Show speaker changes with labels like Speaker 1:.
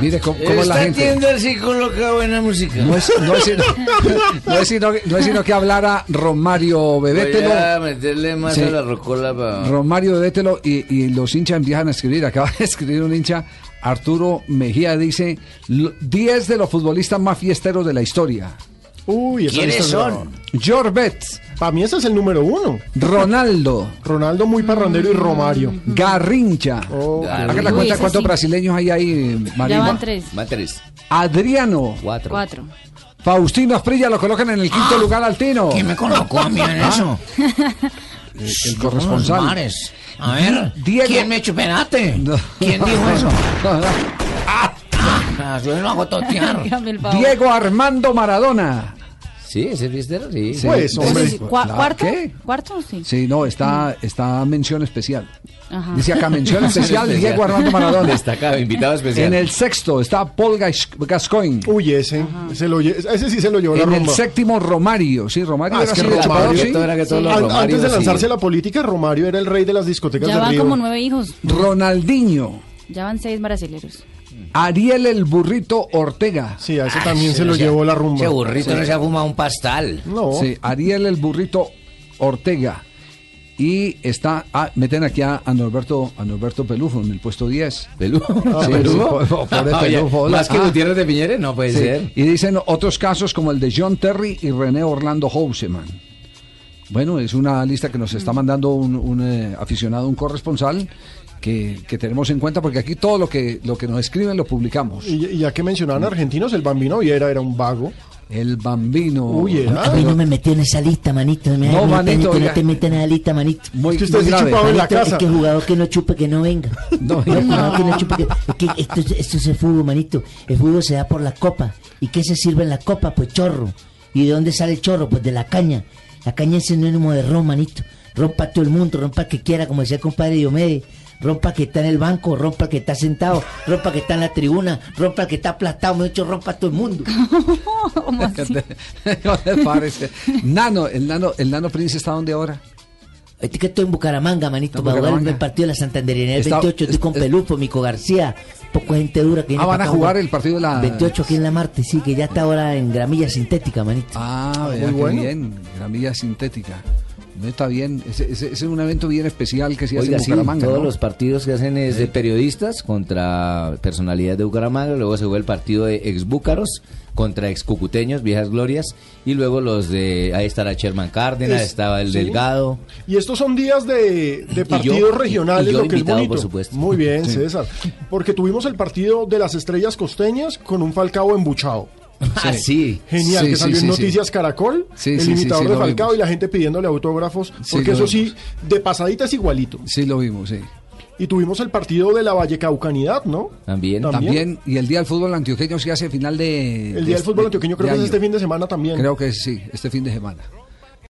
Speaker 1: Mire cómo, cómo es la
Speaker 2: Esta
Speaker 1: gente.
Speaker 2: tienda sí coloca buena música.
Speaker 1: No es, no, es sino, no, es sino, no es sino que hablara Romario
Speaker 2: Voy
Speaker 1: Bebételo.
Speaker 2: a meterle más
Speaker 1: Sí.
Speaker 2: a la rocola para...
Speaker 1: Romario Bebételo y, y los hinchas empiezan a escribir. Acaba de escribir un hincha, Arturo Mejía, dice: "Lo- 10 de los futbolistas más fiesteros de la historia.
Speaker 3: Uy, esa
Speaker 2: ¿Quiénes
Speaker 3: lista es
Speaker 2: son?
Speaker 1: Jorbet,
Speaker 3: Para mí ese es el número uno.
Speaker 1: Ronaldo,
Speaker 3: Ronaldo muy parrandero y
Speaker 2: Mm.
Speaker 3: Romario.
Speaker 1: Garrincha.
Speaker 3: Oh,
Speaker 2: Ah,
Speaker 1: Hagan la
Speaker 4: Uy,
Speaker 1: cuenta
Speaker 4: ese
Speaker 1: cuántos
Speaker 4: sí.
Speaker 1: brasileños hay ahí,
Speaker 4: Ya
Speaker 1: Marina.
Speaker 4: van tres,
Speaker 2: Más tres,
Speaker 1: Adriano,
Speaker 2: cuatro.
Speaker 4: cuatro.
Speaker 1: Faustino Asprilla lo colocan en el quinto
Speaker 4: Ah.
Speaker 1: lugar al Tino.
Speaker 5: ¿Quién me colocó a mí en
Speaker 2: Ah.
Speaker 5: eso?
Speaker 1: El, el
Speaker 5: Los
Speaker 1: corresponsal.
Speaker 5: mares. A ver,
Speaker 1: Diego-
Speaker 5: ¿quién me chupenate?
Speaker 1: No.
Speaker 5: ¿Quién dijo eso? Ah, yo lo hago totear.
Speaker 4: Dígame el favor.
Speaker 1: Diego Armando Maradona.
Speaker 2: Sí, ese fiestero, sí.
Speaker 1: Sí.
Speaker 3: Pues,
Speaker 4: Sí,
Speaker 3: hombre.
Speaker 4: sí, cua-
Speaker 1: Claro,
Speaker 4: ¿Cuarto?
Speaker 1: ¿qué?
Speaker 4: ¿Cuarto? Sí.
Speaker 1: Sí, no, está, está mención especial.
Speaker 4: Ajá.
Speaker 1: Dice acá mención especial Diego Armando Maradona.
Speaker 2: Destacado, invitado especial.
Speaker 1: En el sexto está Paul Gas- Gascoigne.
Speaker 3: Uy, ese. ese lo lle- ese sí se Uh, lo llevó la
Speaker 1: En el
Speaker 3: rumba.
Speaker 1: séptimo Romario, sí, Romario
Speaker 3: Ah,
Speaker 1: era
Speaker 3: es que
Speaker 1: así de
Speaker 3: Romario
Speaker 1: chupador, sí.
Speaker 2: Todo era que todos los
Speaker 3: An-
Speaker 2: Romarios,
Speaker 3: antes de lanzarse
Speaker 2: sí.
Speaker 3: a la política, Romario era el rey de las discotecas
Speaker 4: Ya
Speaker 3: de
Speaker 4: van
Speaker 3: Río.
Speaker 4: como nueve hijos.
Speaker 1: Ronaldinho,
Speaker 4: Ya van seis brasileros.
Speaker 1: Ariel el burrito Ortega.
Speaker 3: Sí, a ese
Speaker 5: Ah,
Speaker 3: también
Speaker 5: ese
Speaker 3: se
Speaker 5: no
Speaker 3: lo
Speaker 5: se ha-
Speaker 3: llevó la rumba.
Speaker 5: Ese burrito no se ha fumado un pastal.
Speaker 3: No.
Speaker 1: Sí, Ariel el burrito Ortega. Y está, ah, meten aquí a, a Norberto, a Norberto Pelufo en el puesto 10.
Speaker 2: ¿Pelú?
Speaker 1: sí,
Speaker 2: ¿Pelú?
Speaker 1: sí, po- pobre
Speaker 2: Oye,
Speaker 1: Pelú, hola.
Speaker 2: ¿Más que
Speaker 1: Ah.
Speaker 2: Gutiérrez de Piñeres? No puede
Speaker 1: Sí,
Speaker 2: ser.
Speaker 1: Y dicen otros casos como el de John Terry y René Orlando Houseman. Bueno, es una lista que nos está mandando un, un, eh, aficionado, un corresponsal, que, que tenemos en cuenta porque aquí todo lo que, lo que nos escriben lo publicamos.
Speaker 3: Y, y ya que mencionaban argentinos, el Bambino Viera era un vago.
Speaker 1: El bambino.
Speaker 3: Uy, eh, era.
Speaker 6: A mí no me metió en esa lista, manito. Me-
Speaker 1: Ah, No,
Speaker 6: me-
Speaker 1: manito,
Speaker 6: que
Speaker 1: oiga.
Speaker 6: No te metan en la lista, manito.
Speaker 1: Muy,
Speaker 3: Es que usted
Speaker 1: muy
Speaker 3: sí
Speaker 1: grave.
Speaker 3: chupaba en la
Speaker 6: Manito,
Speaker 3: casa.
Speaker 6: Es que jugador que no chupe, que no venga.
Speaker 1: No,
Speaker 6: No, jugador que no chupe, que, que esto, es- esto es el fútbol, manito. El fútbol se da por la copa. ¿Y qué se sirve en la copa? Pues chorro. ¿Y de dónde sale el chorro? Pues de la caña. La caña es sinónimo de ron, manito. Rompa todo el mundo, rompa que quiera, como decía el compadre Diomedes. Rompa que está en el banco, rompa que está sentado, rompa que está en la tribuna, rompa que está aplastado, mucho rompa todo el mundo.
Speaker 4: ¿Cómo así?
Speaker 1: No le parece. Nano, el nano, el nano Prince está donde ahora.
Speaker 6: Este que estoy en Bucaramanga,
Speaker 1: Está
Speaker 6: manito,
Speaker 1: en
Speaker 6: para jugar
Speaker 1: Bucaramanga.
Speaker 6: el partido de la Santanderina. El
Speaker 1: Está-
Speaker 6: 28 estoy con
Speaker 1: es-
Speaker 6: Pelufo, Mico García, poco gente dura que viene
Speaker 1: Ah, van
Speaker 6: pa'
Speaker 1: a
Speaker 6: acá,
Speaker 1: jugar
Speaker 6: güey.
Speaker 1: el partido de la.
Speaker 6: 28 aquí en la Marte, sí, que ya está ahora en gramilla sintética, manito.
Speaker 1: Ah, vea
Speaker 3: Muy
Speaker 1: qué
Speaker 3: bueno.
Speaker 1: bien, gramilla sintética. No está bien, ese, ese- ese es un evento bien especial que se hace
Speaker 2: Oiga,
Speaker 1: en
Speaker 2: sí,
Speaker 1: Bucaramanga.
Speaker 2: todos
Speaker 1: ¿no?
Speaker 2: los partidos que hacen es de periodistas contra personalidades de Bucaramanga, luego se juega el partido de ex búcaros contra ex cucuteños, viejas glorias, y luego los de, ahí estará Sherman Cárdenas,
Speaker 3: Es-
Speaker 2: estaba el
Speaker 3: sí.
Speaker 2: Delgado.
Speaker 3: Y estos son días de, de partidos
Speaker 2: yo-
Speaker 3: regionales,
Speaker 2: y yo
Speaker 3: lo que es
Speaker 2: invitado,
Speaker 3: bonito.
Speaker 2: por supuesto.
Speaker 3: Muy bien, César. Porque tuvimos el partido de las estrellas costeñas con un Falcao embuchado.
Speaker 2: Ah, sí.
Speaker 3: Genial,
Speaker 1: Sí,
Speaker 3: que
Speaker 1: sí,
Speaker 3: salió
Speaker 1: sí,
Speaker 3: en
Speaker 1: sí.
Speaker 3: Noticias Caracol,
Speaker 1: Sí,
Speaker 3: el
Speaker 1: sí, sí,
Speaker 3: imitador
Speaker 1: sí,
Speaker 3: de
Speaker 1: lo
Speaker 3: Falcao
Speaker 1: vimos.
Speaker 3: y la gente pidiéndole autógrafos,
Speaker 1: Sí,
Speaker 3: porque
Speaker 1: lo
Speaker 3: eso sí, de pasadita es igualito.
Speaker 1: Sí, lo vimos, sí.
Speaker 3: Y tuvimos el partido de la Vallecaucanidad, ¿no?
Speaker 2: También.
Speaker 1: También, y el Día del Fútbol Antioqueño se hace final de.
Speaker 3: El día del fútbol antioqueño creo que es este fin de semana
Speaker 1: año.
Speaker 3: también.
Speaker 1: Creo que sí, este fin de semana.